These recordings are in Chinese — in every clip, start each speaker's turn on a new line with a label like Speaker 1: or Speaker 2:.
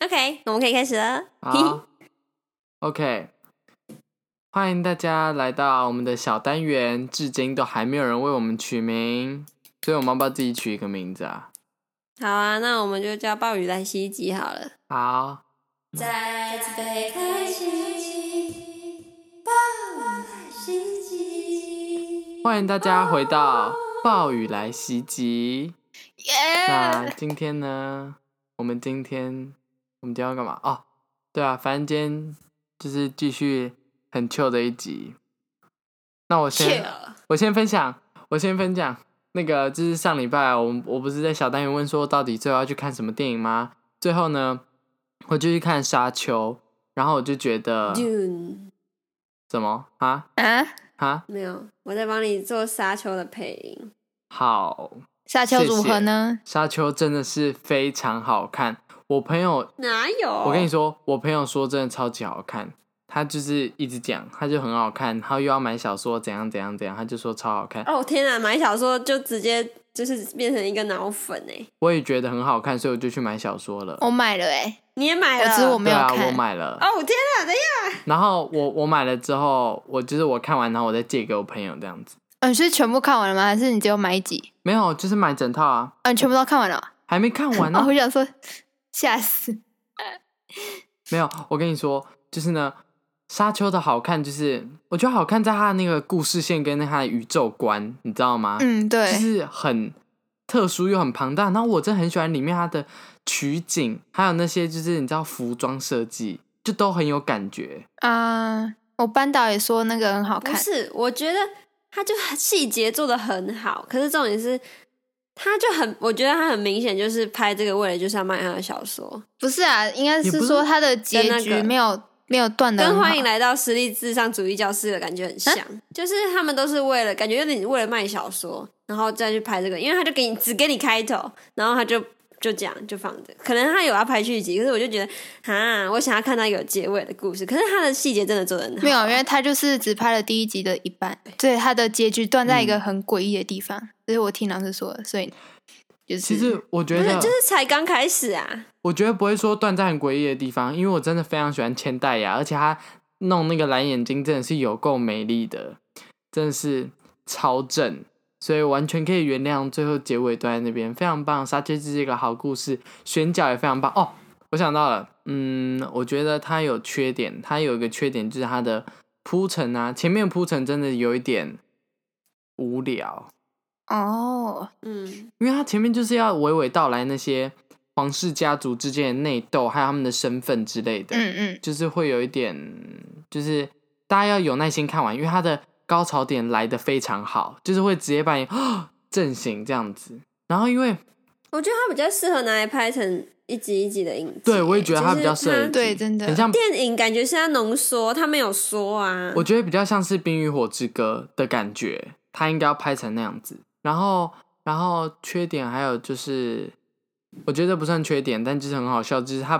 Speaker 1: OK，我们可以开始了。
Speaker 2: 好，OK，欢迎大家来到我们的小单元，至今都还没有人为我们取名，所以我们要不要自己取一个名字啊？
Speaker 1: 好啊，那我们就叫暴雨来袭击好了。
Speaker 2: 好，
Speaker 1: 再次被开启，暴雨来袭击。
Speaker 2: 欢迎大家回到暴雨来袭击。
Speaker 1: 耶、
Speaker 2: 那今天呢？我们今天我们今天要干嘛？哦，对啊，反正今天就是继续很 chill 的一集。那我先
Speaker 1: Chill
Speaker 2: 我先分享，我先分享那个，就是上礼拜我们我不是在小单元问说到底最后要去看什么电影吗？最后呢，我就去看《沙丘》，然后我就觉得
Speaker 1: June
Speaker 2: 什么啊
Speaker 3: 啊，
Speaker 2: 啊
Speaker 1: 没有，我在帮你做沙丘的配音。
Speaker 2: 好，
Speaker 3: 沙丘
Speaker 2: 谢谢
Speaker 3: 如何呢？
Speaker 2: 《沙丘》真的是非常好看。我朋友
Speaker 1: 哪有？
Speaker 2: 我
Speaker 1: 我
Speaker 2: 跟你说，我朋友说真的超级好看，他就是一直讲，他就很好看，然后又要买小说，怎样怎样怎样，他就说超好看，
Speaker 1: 哦天哪，买小说就直接就是变成一个脑粉哎、
Speaker 2: 我也觉得很好看，所以我就去买小说了。
Speaker 3: 我买了哎、
Speaker 1: 你也买了？
Speaker 3: 我只我没
Speaker 2: 对
Speaker 3: 有
Speaker 2: 啊，
Speaker 3: 看
Speaker 2: 我买了，
Speaker 1: 哦天哪，等一下，
Speaker 2: 然后我我买了之后，我就是我看完，然后我再借给我朋友这样子，
Speaker 3: 嗯，你是全部看完了吗？还是你只有买一集？
Speaker 2: 没有，就是买整套啊，
Speaker 3: 嗯，你全部都看完了。
Speaker 2: 还没看完呢、
Speaker 3: 哦，我想说，吓死！
Speaker 2: 没有，我跟你说，就是呢，《沙丘》的好看就是，我觉得好看在它的那个故事线跟它的宇宙观，你知道吗？
Speaker 3: 嗯，
Speaker 2: 就
Speaker 3: 对，
Speaker 2: 是很特殊又很庞大。然后我真的很喜欢里面它的取景，还有那些就是你知道服装设计，就都很有感觉。
Speaker 3: 啊、我班导也说那个很好
Speaker 1: 不
Speaker 3: 看，
Speaker 1: 是，我觉得他就很细节做的很好，可是重点是，他就很，我觉得他很明显就是拍这个为了就是要卖他的小说。
Speaker 3: 不是啊，应该
Speaker 2: 也不
Speaker 3: 是
Speaker 2: 是
Speaker 3: 说它的结
Speaker 1: 跟那
Speaker 3: 局
Speaker 1: 个
Speaker 3: 没有没有断的啊
Speaker 1: 跟欢迎来到私立至上主义教室的感觉很像，就是他们都是为了感觉有点为了卖小说，然后再去拍这个，因为他就给你只给你开头，然后他就就讲就放着，可能他有要拍续集，可是我就觉得啊，我想要看到有结尾的故事，可是他的细节真的做的很好，
Speaker 3: 没有，因为它就是只拍了第一集的一半，所以它的结局断在
Speaker 2: 嗯
Speaker 3: 一个很诡异的地方，这是我听老师说的，所以就是
Speaker 2: 其实我觉
Speaker 1: 不是
Speaker 2: 得，
Speaker 1: 就是才刚开始啊，
Speaker 2: 我觉得不会说断在很诡异的地方，因为我真的非常喜欢千代雅，而且她弄那个蓝眼睛真的是有够美丽的，真的是超正。所以完全可以原谅最后结尾断在那边，非常棒。杀丘这是一个好故事，选角也非常棒哦。我想到了，嗯，我觉得它有缺点，它有一个缺点就是它的铺陈啊，前面铺陈真的有一点无聊，
Speaker 3: 哦，
Speaker 1: 嗯，
Speaker 2: 因为他前面就是要娓娓道来那些皇室家族之间的内斗，还有他们的身份之类的，
Speaker 3: 嗯嗯，
Speaker 2: 就是会有一点，就是大家要有耐心看完，因为他的高潮点来的非常好，就是会直接把你 震醒这样子。然后因为
Speaker 1: 我觉得他比较适合拿来拍成一集一集的影集，
Speaker 2: 对我也觉得他比较适
Speaker 1: 就
Speaker 2: 合
Speaker 1: 是
Speaker 2: 一
Speaker 1: 它
Speaker 2: 集，
Speaker 3: 对真的
Speaker 2: 很像，
Speaker 1: 电影感觉是在浓缩，他没有说啊，
Speaker 2: 我觉得比较像是《冰与火之歌》的感觉，他应该要拍成那样子。然后，然后缺点还有就是，我觉得不算缺点，但就是很好笑，就是他。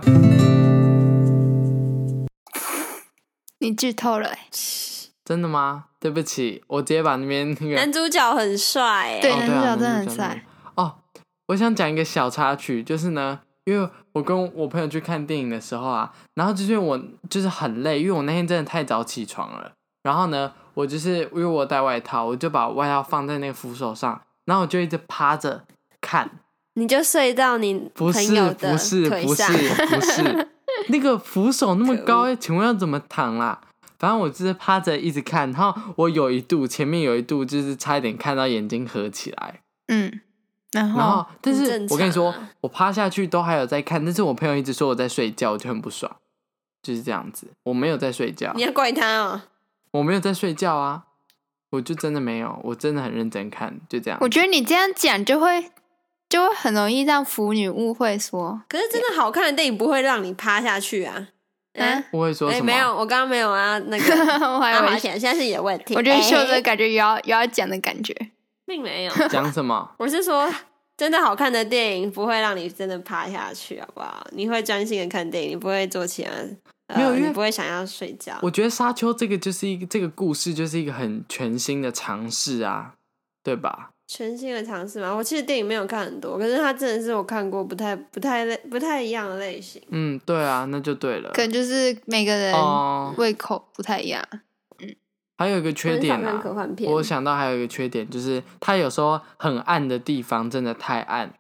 Speaker 3: 你剧透了、欸，
Speaker 2: 真的吗？对不起，我直接把那边那个
Speaker 1: 男主角很帅、欸，
Speaker 3: 对
Speaker 2: 哦
Speaker 3: 男
Speaker 2: 对
Speaker 3: 主
Speaker 2: 啊
Speaker 3: 角真的
Speaker 2: 男
Speaker 3: 很
Speaker 2: 主角
Speaker 3: 帅，
Speaker 2: 哦。我想讲一个小插曲，就是呢，因为我跟我朋友去看电影的时候啊，然后就是因为我就是很累，因为我那天真的太早起床了。然后呢，我就是因为我带外套，我就把外套放在那个扶手上，然后我就一直趴着看，
Speaker 1: 你就睡到你
Speaker 2: 不
Speaker 1: 朋
Speaker 2: 是
Speaker 1: 友的
Speaker 2: 不是
Speaker 1: 腿
Speaker 2: 不是
Speaker 1: 上，
Speaker 2: 不是，那个扶手那么
Speaker 1: 可恶
Speaker 2: 高，哎请问要怎么躺啦？反正我就是趴着一直看，然后我有一度前面有一度就是差一点看到眼睛合起来，
Speaker 3: 嗯，然
Speaker 2: 然后
Speaker 3: 后
Speaker 2: 但
Speaker 1: 哦很
Speaker 2: 是
Speaker 1: 正
Speaker 2: 我跟你说
Speaker 1: 常啊，
Speaker 2: 我趴下去都还有在看，但是我朋友一直说我在睡觉，我就很不爽，就是这样子，我没有在睡觉
Speaker 1: 你，要怪他哦。
Speaker 2: 我没有在睡觉啊，我就真的没有，我真的很认真看，就这样
Speaker 3: 我。觉得你这样讲就会就会很容易让腐女误会说，
Speaker 1: 可是真的好看的电影不会让你趴下去啊。
Speaker 3: 嗯
Speaker 1: 嗯，
Speaker 2: 我会说
Speaker 1: 哎、
Speaker 2: 什么？
Speaker 1: 没有，我刚刚没有啊，那个
Speaker 3: 我还
Speaker 1: 阿
Speaker 3: 以
Speaker 1: 华
Speaker 3: 为是
Speaker 1: 田现在是你的问题。
Speaker 3: 我觉得秀
Speaker 1: 哎
Speaker 3: 的感觉也要也要讲的感觉，
Speaker 1: 并没有，
Speaker 2: 讲什么？
Speaker 1: 我是说。真的好看的电影不会让你真的趴下去，好不好？你会专心的看电影，你不会做其他，呃、
Speaker 2: 没有因为
Speaker 1: 你不会想要睡觉。
Speaker 2: 我觉得《沙丘》这个就是一个这个故事就是一个很全新的尝试啊，对吧？
Speaker 1: 全新的尝试嘛。我其实电影没有看很多，可是它真的是我看过不太不太类不太一样的类型。
Speaker 2: 嗯，对啊，那就对了
Speaker 3: 可。能就是每个人
Speaker 2: 哦，
Speaker 3: 胃口不太一样。
Speaker 2: 还有一个缺
Speaker 1: 我
Speaker 2: 点
Speaker 1: 很少看科
Speaker 2: 啊，
Speaker 1: 幻片，
Speaker 2: 我想到还有一个缺点就是，它有时候很暗的地方真的太暗，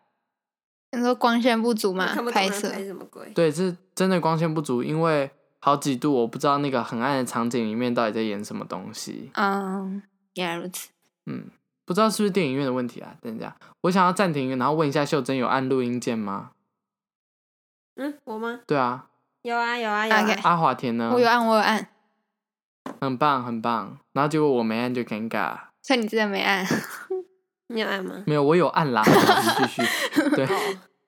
Speaker 3: 你说光线不足嘛
Speaker 1: 看不，懂
Speaker 3: 啊拍
Speaker 1: 它
Speaker 3: 摄
Speaker 1: 拍什么鬼。
Speaker 2: 对，是真的光线不足，因为好几度我不知道那个很暗的场景里面到底在演什么东西。
Speaker 3: 嗯，原来如此。
Speaker 2: 嗯，不知道是不是电影院的问题啊？等一下，我想要暂停，然后问一下秀珍有按录音键吗？
Speaker 1: 嗯，我吗？
Speaker 2: 对啊，
Speaker 1: 有啊有啊有啊
Speaker 3: OK
Speaker 2: 阿华田呢
Speaker 3: 我？有按，我有按，
Speaker 2: 很棒很棒。然后结果我没按就尴尬，
Speaker 3: 所以你真的没按。
Speaker 1: 你有爱吗？
Speaker 2: 没有我有按啦。好我们继 续，对，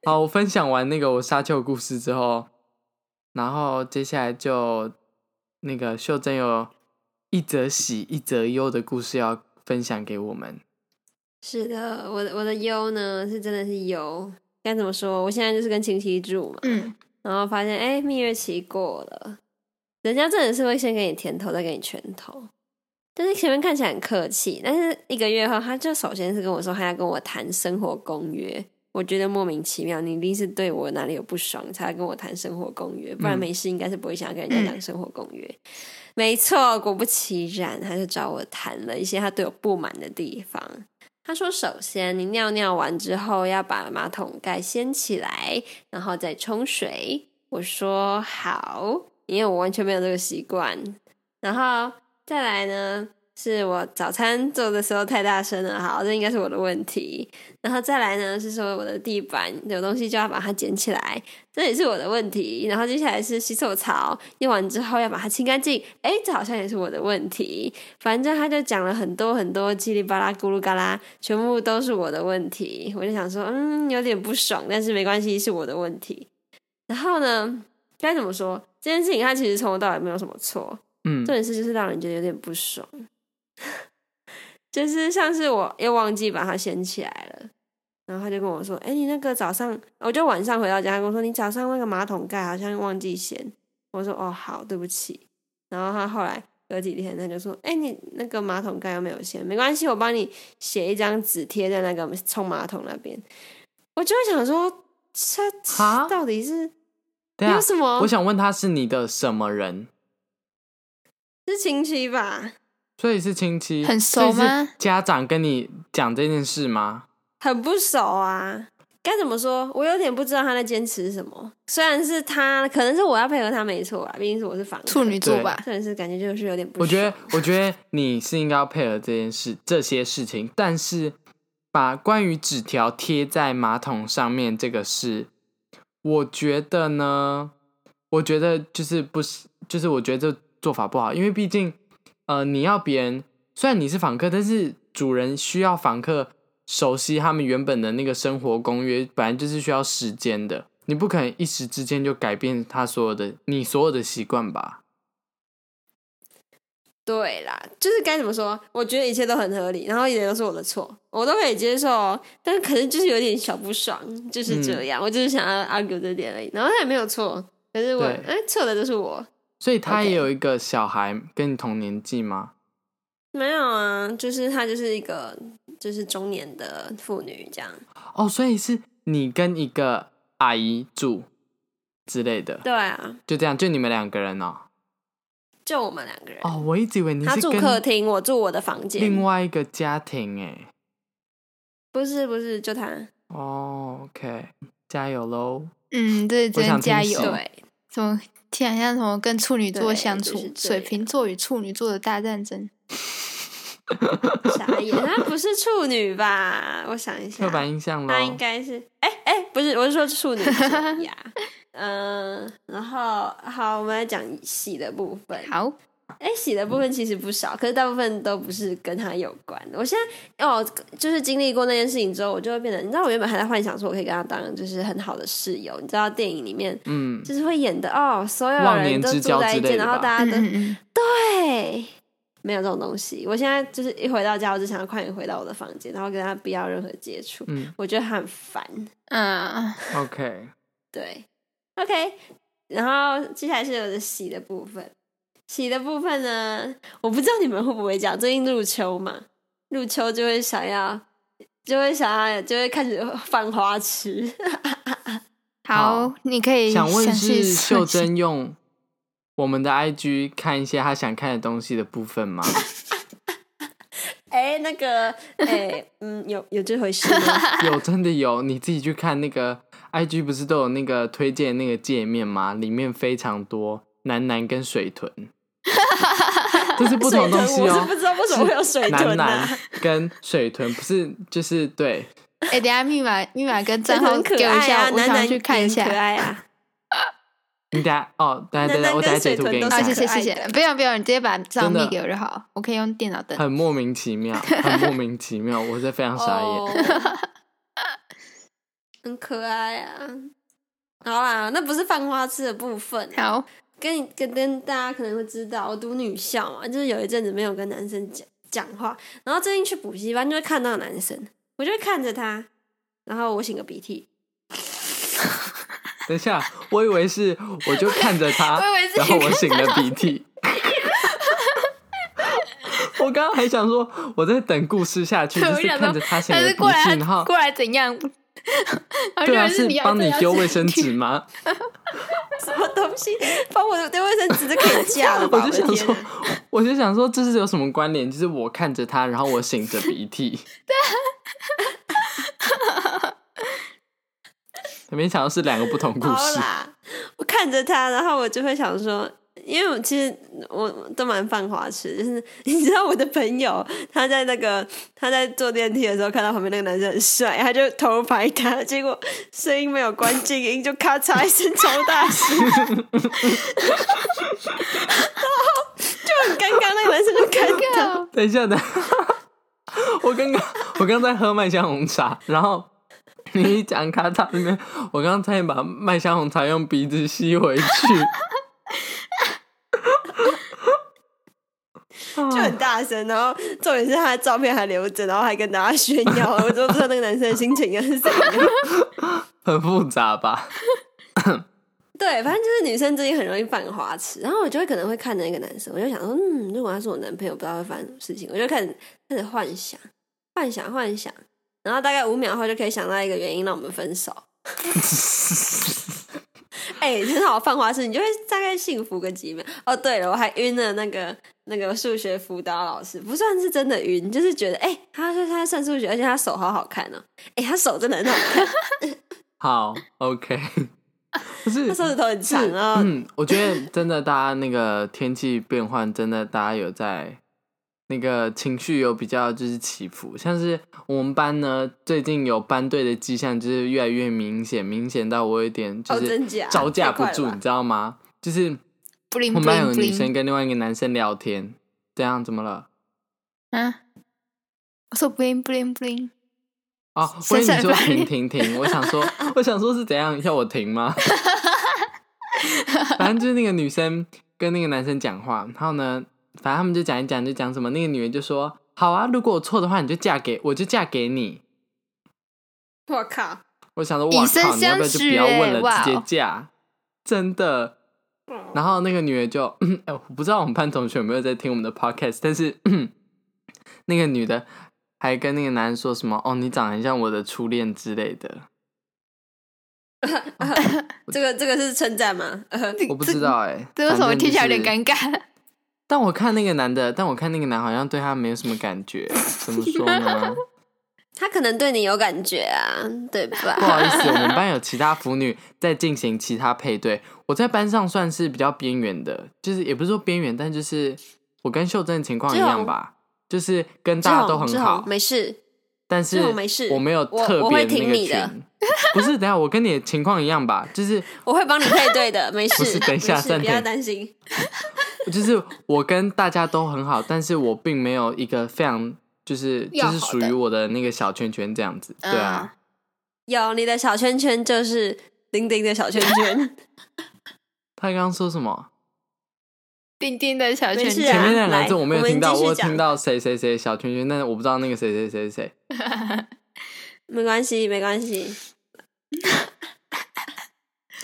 Speaker 2: 好，我分享完那个我沙丘的故事之后，然后接下来就那个秀珍有一则喜一则忧的故事要分享给我们。
Speaker 1: 是的，我的我的忧呢是真的是忧，该怎么说？我现在就是跟亲戚住嘛，
Speaker 3: 嗯，
Speaker 1: 然后发现哎、蜜月期过了，人家真的是会先给你甜头，再给你拳头。但是前面看起来很客气，但是一个月后，他就首先是跟我说他要跟我谈生活公约，我觉得莫名其妙，你一定是对我哪里有不爽，才来跟我谈生活公约，不然
Speaker 2: 嗯
Speaker 1: 没事应该是不会想要跟人家讲生活公约。没错，果不其然，他就找我谈了一些他对我不满的地方。他说：“首先，你尿尿完之后要把马桶盖掀起来，然后再冲水。”我说：“好，因为我完全没有这个习惯。”然后再来呢，是我早餐做的时候太大声了，好，这应该是我的问题。然后再来呢，是说我的地板有东西就要把它捡起来，这也是我的问题。然后接下来是洗手槽，用完之后要把它清干净，哎，这好像也是我的问题。反正他就讲了很多很多叽里巴拉咕噜嘎啦，全部都是我的问题。我就想说，嗯，有点不爽，但是没关系，是我的问题。然后呢，该怎么说？这件事情他其实从头到尾没有什么错，
Speaker 2: 嗯
Speaker 1: 重，点是就是让人觉得有点不爽，就是像是我又忘记把它掀起来了，然后他就跟我说：“哎、你那个早上，我就晚上回到家，他跟我说你早上那个马桶盖好像忘记掀。”我说：“哦，好，对不起。”然后他后来隔几天他就说：“哎、你那个马桶盖又没有掀，没关系，我帮你写一张纸贴在那个冲马桶那边。”我就会想说，
Speaker 2: 哈
Speaker 1: 他到底是
Speaker 2: 对啊
Speaker 1: 有，什么
Speaker 2: 我？想问他是你的什么人？
Speaker 1: 是亲戚吧？
Speaker 2: 所以是亲戚，
Speaker 3: 很熟吗
Speaker 2: 所以是家长跟你讲这件事吗？
Speaker 1: 很不熟啊。该怎么说？我有点不知道他在坚持什么。虽然是他，可能是我要配合他没错啊吧，毕竟是我是房
Speaker 3: 处女座吧，
Speaker 1: 虽然是感觉就是有点不爽。
Speaker 2: 啊我觉得，我觉得你是应该要配合这件事、这些事情，但是把关于纸条贴在马桶上面这个事，我觉得呢，我觉得就是不是，就是我觉得这做法不好，因为毕竟，呃，你要别人虽然你是访客，但是主人需要访客熟悉他们原本的那个生活公约，本来就是需要时间的，你不可能一时之间就改变他所有的你所有的习惯吧。
Speaker 1: 对啦，就是该怎么说？我觉得一切都很合理，然后也都是我的错，我都可以接受哦。但是可能就是有点小不爽，就是
Speaker 2: 嗯
Speaker 1: 这样。我就是想要 argue 这点而已。然后他也没有错，可是我
Speaker 2: 对
Speaker 1: 哎错的就是我。
Speaker 2: 所以他
Speaker 1: OK
Speaker 2: 也有一个小孩跟你同年纪吗？
Speaker 1: 没有啊，就是她就是一个就是中年的妇女这样。
Speaker 2: 哦，所以是你跟一个阿姨住之类的，
Speaker 1: 对啊，
Speaker 2: 就这样，就你们两个人哦。
Speaker 1: 就我们两个人。
Speaker 2: 哦，我一直以为你
Speaker 1: 他
Speaker 2: 是
Speaker 1: 住客
Speaker 2: 跟
Speaker 1: 厅，我住我的房间。
Speaker 2: 另外一个家庭哎。
Speaker 1: 不是不是，就他。
Speaker 2: 哦，OK，加油喽！
Speaker 3: 嗯，这
Speaker 2: 我
Speaker 3: 真
Speaker 2: 想
Speaker 3: 的
Speaker 2: 听
Speaker 3: 加油
Speaker 2: 哦。
Speaker 1: 对，
Speaker 3: 怎么想象什么跟处女座
Speaker 1: 对
Speaker 3: 相
Speaker 1: 就是
Speaker 3: 处？
Speaker 1: 这
Speaker 3: 水
Speaker 1: 样
Speaker 3: 瓶座与处女座的大战争。
Speaker 1: 傻眼，他不是处女吧？我想一下
Speaker 2: 刻，板印象喽
Speaker 1: 啊他。应该是，哎、哎、不是，我是说处女座呀。嗯、然后好，我们来讲喜的部分。
Speaker 3: 好，
Speaker 1: 哎，喜的部分其实不少，可是大部分都不是跟他有关的。我现在哦，就是经历过那件事情之后，我就会变得，你知道，我原本还在幻想说我可以跟他当就是很好的室友。你知道电影里面
Speaker 2: 嗯，
Speaker 1: 就是会演的哦，所有
Speaker 2: 忘
Speaker 1: 人
Speaker 2: 年
Speaker 1: 都
Speaker 2: 之
Speaker 1: 住
Speaker 2: 交
Speaker 1: 在
Speaker 2: 之
Speaker 1: 一
Speaker 2: 类
Speaker 1: 起，
Speaker 2: 的
Speaker 1: 然后
Speaker 2: 吧
Speaker 1: 大家
Speaker 3: 嗯
Speaker 1: 都
Speaker 3: 嗯嗯，
Speaker 1: 对，没有这种东西。我现在就是一回到家，我就想要快点回到我的房间，然后跟他不要任何接触。
Speaker 2: 嗯
Speaker 1: 我觉得他很烦。
Speaker 3: 嗯，
Speaker 2: ，OK，
Speaker 1: 对，OK。然后接下来是我的洗的部分。洗的部分呢，我不知道你们会不会讲，最近入秋嘛，入秋就会想要就会想要，就会开始犯花 痴。
Speaker 3: 好，你可以
Speaker 2: 想问
Speaker 3: 详细
Speaker 2: 是
Speaker 3: 说
Speaker 2: 秀
Speaker 3: 一下
Speaker 2: 珍用我们的 IG 看一些她想看的东西的部分吗？
Speaker 1: 哎、那 个，哎、嗯，有有这回事 吗？
Speaker 2: 有，真的有，你自己去看那个 IG 不是都有那个推荐那个界面吗？里面非常多男男跟水豚， 这是不
Speaker 1: 水
Speaker 2: 同
Speaker 1: 豚
Speaker 2: 东西
Speaker 1: 我是
Speaker 2: 哦
Speaker 1: 不。知道为什么会有水
Speaker 2: 男
Speaker 1: 豚啊呢、
Speaker 2: 男跟水豚不是就是对，
Speaker 3: 哎、等一下密码密码跟
Speaker 1: 这
Speaker 3: 账号
Speaker 1: 很可
Speaker 3: 给我
Speaker 1: 爱
Speaker 3: 一下，
Speaker 1: 啊，
Speaker 3: 我
Speaker 1: 男
Speaker 3: 想
Speaker 1: 男
Speaker 3: 去看一
Speaker 1: 也很可
Speaker 3: 下。
Speaker 1: 爱啊。
Speaker 2: 你等下哦，等下等
Speaker 1: 男男
Speaker 2: 下，我等下
Speaker 1: 跟
Speaker 2: 截
Speaker 1: 水
Speaker 2: 图
Speaker 1: 豚
Speaker 2: 给你
Speaker 1: 都
Speaker 3: 哦，
Speaker 2: 看
Speaker 1: 是啊
Speaker 3: 谢。谢
Speaker 1: 可爱
Speaker 3: 谢谢
Speaker 1: 的，
Speaker 3: 不用不用，你直接把账
Speaker 2: 真的
Speaker 3: 密给我就好，我可以用电脑登。
Speaker 2: 很莫名其妙，很莫名其妙，我是非常 傻眼。
Speaker 1: 哦， 很可爱啊。好啦，那不是犯花痴的部分啊、
Speaker 3: 好，
Speaker 1: 跟你跟跟大家可能会知道，我读女校嘛，就是有一阵子没有跟男生讲讲话，然后最近去补习班就会看到男生，我就会看着他，然后我擤个鼻涕，
Speaker 2: 等一下，我以为是我就看着他，
Speaker 3: 我以为是
Speaker 2: 然后
Speaker 3: 你
Speaker 2: 我擤了鼻涕。 我刚刚还想说我在等故事下去，
Speaker 3: 对
Speaker 2: 就
Speaker 3: 我
Speaker 2: 是
Speaker 3: 想
Speaker 2: 看
Speaker 3: 说
Speaker 2: 着他擤
Speaker 3: 他
Speaker 2: 了
Speaker 3: 是过来
Speaker 2: 鼻涕，
Speaker 3: 他
Speaker 2: 然后
Speaker 3: 过来怎样？ 然后
Speaker 2: 对啊，
Speaker 3: 就是你要
Speaker 2: 帮
Speaker 3: 这
Speaker 2: 你
Speaker 3: 样
Speaker 2: 丢
Speaker 3: 子
Speaker 2: 卫生纸吗？
Speaker 1: 什么东西把我的卫生纸都可以架了吧？
Speaker 2: 我就
Speaker 1: 的
Speaker 2: 想
Speaker 1: 天
Speaker 2: 说
Speaker 1: 啊，，
Speaker 2: 我就想说这是有什么关联？就是我看着他，然后我擤着鼻涕。 对，没想到是两个不同故
Speaker 1: 好哦
Speaker 2: 事。
Speaker 1: 啦， 我看着他，然后我就会想说。因为我其实我都蛮犯花痴，就是你知道我的朋友他在那个他在坐电梯的时候看到旁边那个男生很帅，他就偷拍他，结果声音没有关静音，就咔嚓一声超大声， 然后就很尴尬，那个男生就看到，
Speaker 3: 啊
Speaker 2: 等一下，等一下，我刚刚我刚在喝麦香红茶，然后你一讲卡塔那边，我刚刚差点把麦香红茶用鼻子吸回去，
Speaker 1: 就
Speaker 2: 啊
Speaker 1: 很大声，然后重点是他的照片还留着，然后还跟大家炫耀， 我都不知道那个男生的心情又是怎样。
Speaker 2: 很复杂吧？
Speaker 1: 对，反正就是女生最近很容易犯花痴，然后我就会可能会看着一个男生，我就想说，嗯，如果他是我男朋友，不知道会发生什么事情，我就开始开始幻想，幻想，幻想，然后大概五秒后就可以想到一个原因让我们分 手。哎、很好犯花痴，你就会大概幸福个几秒。哦，对了，我还晕了那个那个数学辅导老师，不算是真的晕，就是觉得，哎、他说他在算数学，而且他手好好看哦，哎、他手真的很好看，
Speaker 2: 好，OK，不是
Speaker 1: 他手指头很长哦，
Speaker 2: 嗯，我觉得真的，大家那个天气变换，真的大家有在那个情绪有比较就是起伏，像是我们班呢，最近有班队的迹象，就是越来越明显，明显到我有点就
Speaker 1: 哦真
Speaker 2: 是
Speaker 1: 假
Speaker 2: 招架
Speaker 1: 太
Speaker 2: 不
Speaker 1: 快了
Speaker 2: 住，
Speaker 1: 吧
Speaker 2: 你知道吗？就是
Speaker 3: 布灵
Speaker 2: 我们
Speaker 3: 布
Speaker 2: 班有
Speaker 3: 灵
Speaker 2: 个
Speaker 3: 布
Speaker 2: 女生
Speaker 3: 灵。
Speaker 2: 跟另外一个男生聊天，这样怎么了？
Speaker 3: 嗯，我说布灵布灵布灵，
Speaker 2: 哦，我跟你
Speaker 3: 闪闪
Speaker 2: 说
Speaker 3: 发
Speaker 2: 停
Speaker 3: 亮
Speaker 2: 停停，我想 说，我想说是怎样要我停吗？反正就是那个女生跟那个男生讲话，然后呢，反正他们就讲一讲，就讲什么，那个女人就说：“好啊，如果我错的话，你就嫁给我，就嫁给你。
Speaker 1: 我靠，”
Speaker 2: 我想说，
Speaker 3: 以
Speaker 2: 哇
Speaker 3: 身
Speaker 2: 靠，你要不要
Speaker 3: 相
Speaker 2: 就
Speaker 3: 许
Speaker 2: 不要问
Speaker 3: 欸
Speaker 2: 了，
Speaker 3: 哇
Speaker 2: 直接
Speaker 3: 哦
Speaker 2: 嫁？真的。然后那个女的就，哎、我不知道我们班同学有没有在听我们的 podcast，但是嗯那个女的还跟那个男人说什么：“哦，你长得很像我的初恋之类的。”
Speaker 1: 这个这个是称赞吗？ 呃
Speaker 2: 我不知道哎、
Speaker 3: 这为什么
Speaker 2: 反正
Speaker 3: 听起来有
Speaker 2: 就是
Speaker 3: 点尴尬？
Speaker 2: 但我看那个男的，但我看那个男好像对他没有什么感觉，怎么说呢？
Speaker 1: 他可能对你有感觉啊，对
Speaker 2: 不
Speaker 1: 吧？
Speaker 2: 好意思，我们班有其他腐女在进行其他配对，我在班上算是比较边缘的，就是也不是说边缘，但就是我跟秀珍的情况一样吧，就是跟大家都
Speaker 1: 志
Speaker 2: 很
Speaker 1: 宏
Speaker 2: 好，
Speaker 1: 没事。
Speaker 2: 但是
Speaker 1: 志宏没事
Speaker 2: 我没有
Speaker 1: 我
Speaker 2: 特
Speaker 1: 我
Speaker 2: 别
Speaker 1: 会
Speaker 2: 那
Speaker 1: 挺
Speaker 2: 个
Speaker 1: 你的
Speaker 2: 群。 不是，等一下我跟你的情况一样吧，就是
Speaker 1: 我会帮你配对的，没
Speaker 2: 不
Speaker 1: 事，
Speaker 2: 是等一下
Speaker 1: 没事，
Speaker 2: 暂
Speaker 1: 不
Speaker 2: 停
Speaker 1: 要担心。
Speaker 2: 就是我跟大家都很好，但是我并没有一个非常就是就
Speaker 3: 要好
Speaker 2: 是
Speaker 3: 的
Speaker 2: 属于我的那个小圈圈这样子，对
Speaker 1: 嗯
Speaker 2: 啊，
Speaker 1: 有你的小圈圈就是丁丁的小圈圈，
Speaker 2: 他刚刚说什么？
Speaker 3: 丁丁的小
Speaker 1: 没
Speaker 3: 圈
Speaker 1: 事啊
Speaker 2: 前面
Speaker 3: 圈，
Speaker 2: 那个男
Speaker 1: 来
Speaker 2: 生我没有听到，
Speaker 1: 我
Speaker 2: 我
Speaker 1: 们继续
Speaker 2: 有
Speaker 1: 讲
Speaker 2: 听到谁谁谁小圈圈，但是我不知道那个谁谁谁谁。
Speaker 1: 没关系，没关系。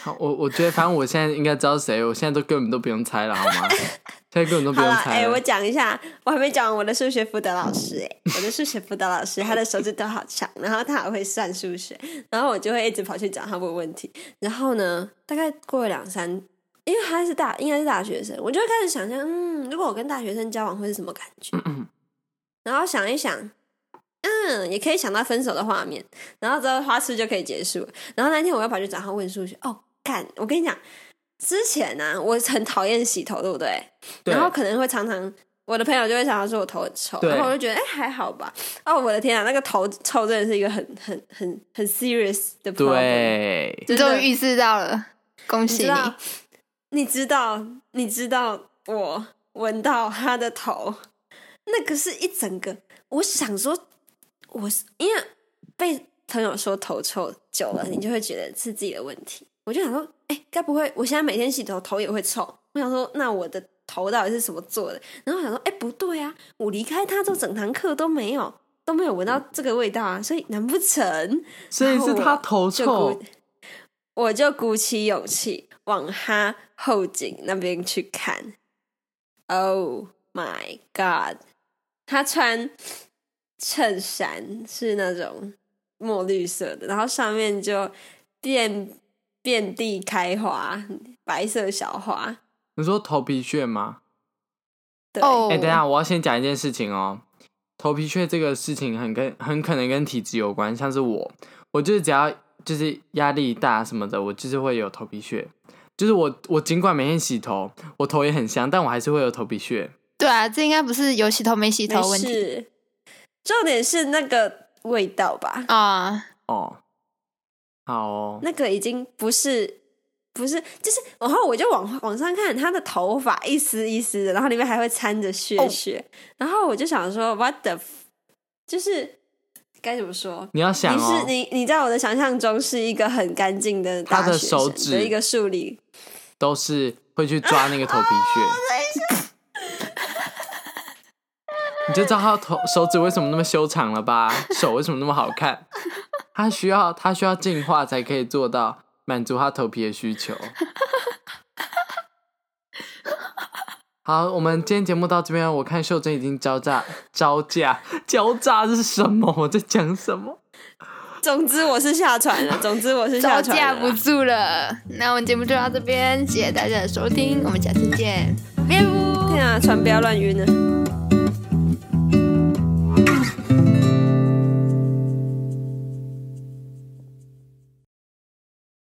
Speaker 2: 好我我觉得，反正我现在应该知道谁，我现在都根本都不用猜了，好吗？ 现在根本都不
Speaker 1: 好
Speaker 2: 用
Speaker 1: 了，哎、
Speaker 2: 猜了。
Speaker 1: 我讲一下，我还没讲完我的数学辅导老师、哎，我的数学辅导老师，他的手指头好长，然后他还会算数学，然后我就会一直跑去找他问问题。然后呢，大概过了两三，因为他是大，应该是大学生，我就会开始想象，嗯，如果我跟大学生交往会是什么感
Speaker 2: 嗯
Speaker 1: 觉？然后想一想，嗯，也可以想到分手的画面，然后之后花痴就可以结束。然后那天我又跑去找他问数学，哦，干，我跟你讲。之前呢、我很讨厌洗头，对不对？
Speaker 2: 对
Speaker 1: 然后可能会常常我的朋友就会常常说我头很臭，
Speaker 2: 对
Speaker 1: 然后我就觉得哎、还好吧。哦，我的天啊，那个头臭真的是一个很很很很 serious 的 problem。
Speaker 2: 对，
Speaker 1: 真的
Speaker 3: 终于意识到了，恭
Speaker 1: 你
Speaker 3: 喜
Speaker 1: 知
Speaker 3: 你！
Speaker 1: 道，你知道，你知道，我闻到他的头，那个是一整个。我想说，我是因为被朋友说头臭久了，你就会觉得是自己的问题。我就想说，哎、该不会我现在每天洗头头也会臭？我想说，那我的头到底是什么做的？然后我想说，哎、不对啊，我离开他之后，整堂课都没有都没有闻到这个味道啊，所以难不成
Speaker 2: 所以是他头
Speaker 1: 就鼓
Speaker 2: 臭，，
Speaker 1: 我就鼓起勇气往他后颈那边去看。Oh my god！他穿衬衫是那种墨绿色的，然后上面就遍遍地开花，白色小花。
Speaker 2: 你说头皮屑吗？
Speaker 1: 对，
Speaker 3: 哦，
Speaker 2: 哎、等一下，我要先讲一件事情哦。头皮屑这个事情很跟很可能跟体质有关，像是我，我就是只要就是压力大什么的，我就是会有头皮屑。就是我我尽管每天洗头，我头也很香，但我还是会有头皮屑。
Speaker 3: 对啊，这应该不是有洗头没洗头
Speaker 1: 没
Speaker 3: 问题
Speaker 1: 事。重点是那个味道吧？
Speaker 3: 啊。
Speaker 2: 哦，好哦，
Speaker 1: 那个已经不是不是，就是然后我就往往上看，他的头发一丝一丝的，然后里面还会掺着血
Speaker 3: 哦
Speaker 1: 血，然后我就想说，what the，f- 就是该怎么说？
Speaker 2: 你要想
Speaker 1: 你
Speaker 2: 哦
Speaker 1: 是，你你在我的想象中是一个很干净的大
Speaker 2: 他的
Speaker 1: 学生
Speaker 2: 手指
Speaker 1: 的一个树理，
Speaker 2: 都是会去抓那个头皮屑。你就知道他头手指为什么那么修长了吧？手为什么那么好看？他需要他需要进化才可以做到满足他头皮的需求。好，我们今天节目到这边，我看秀珍已经招架招架 交炸是什么？我在讲什么？
Speaker 1: 总之我是下船了，总之我是
Speaker 3: 招
Speaker 1: 下船
Speaker 3: 架
Speaker 1: 了
Speaker 3: 不住了，那我们节目就到这边，谢谢大家的收听，我们下次见，拜拜。
Speaker 1: 天啊，船不要乱晕了。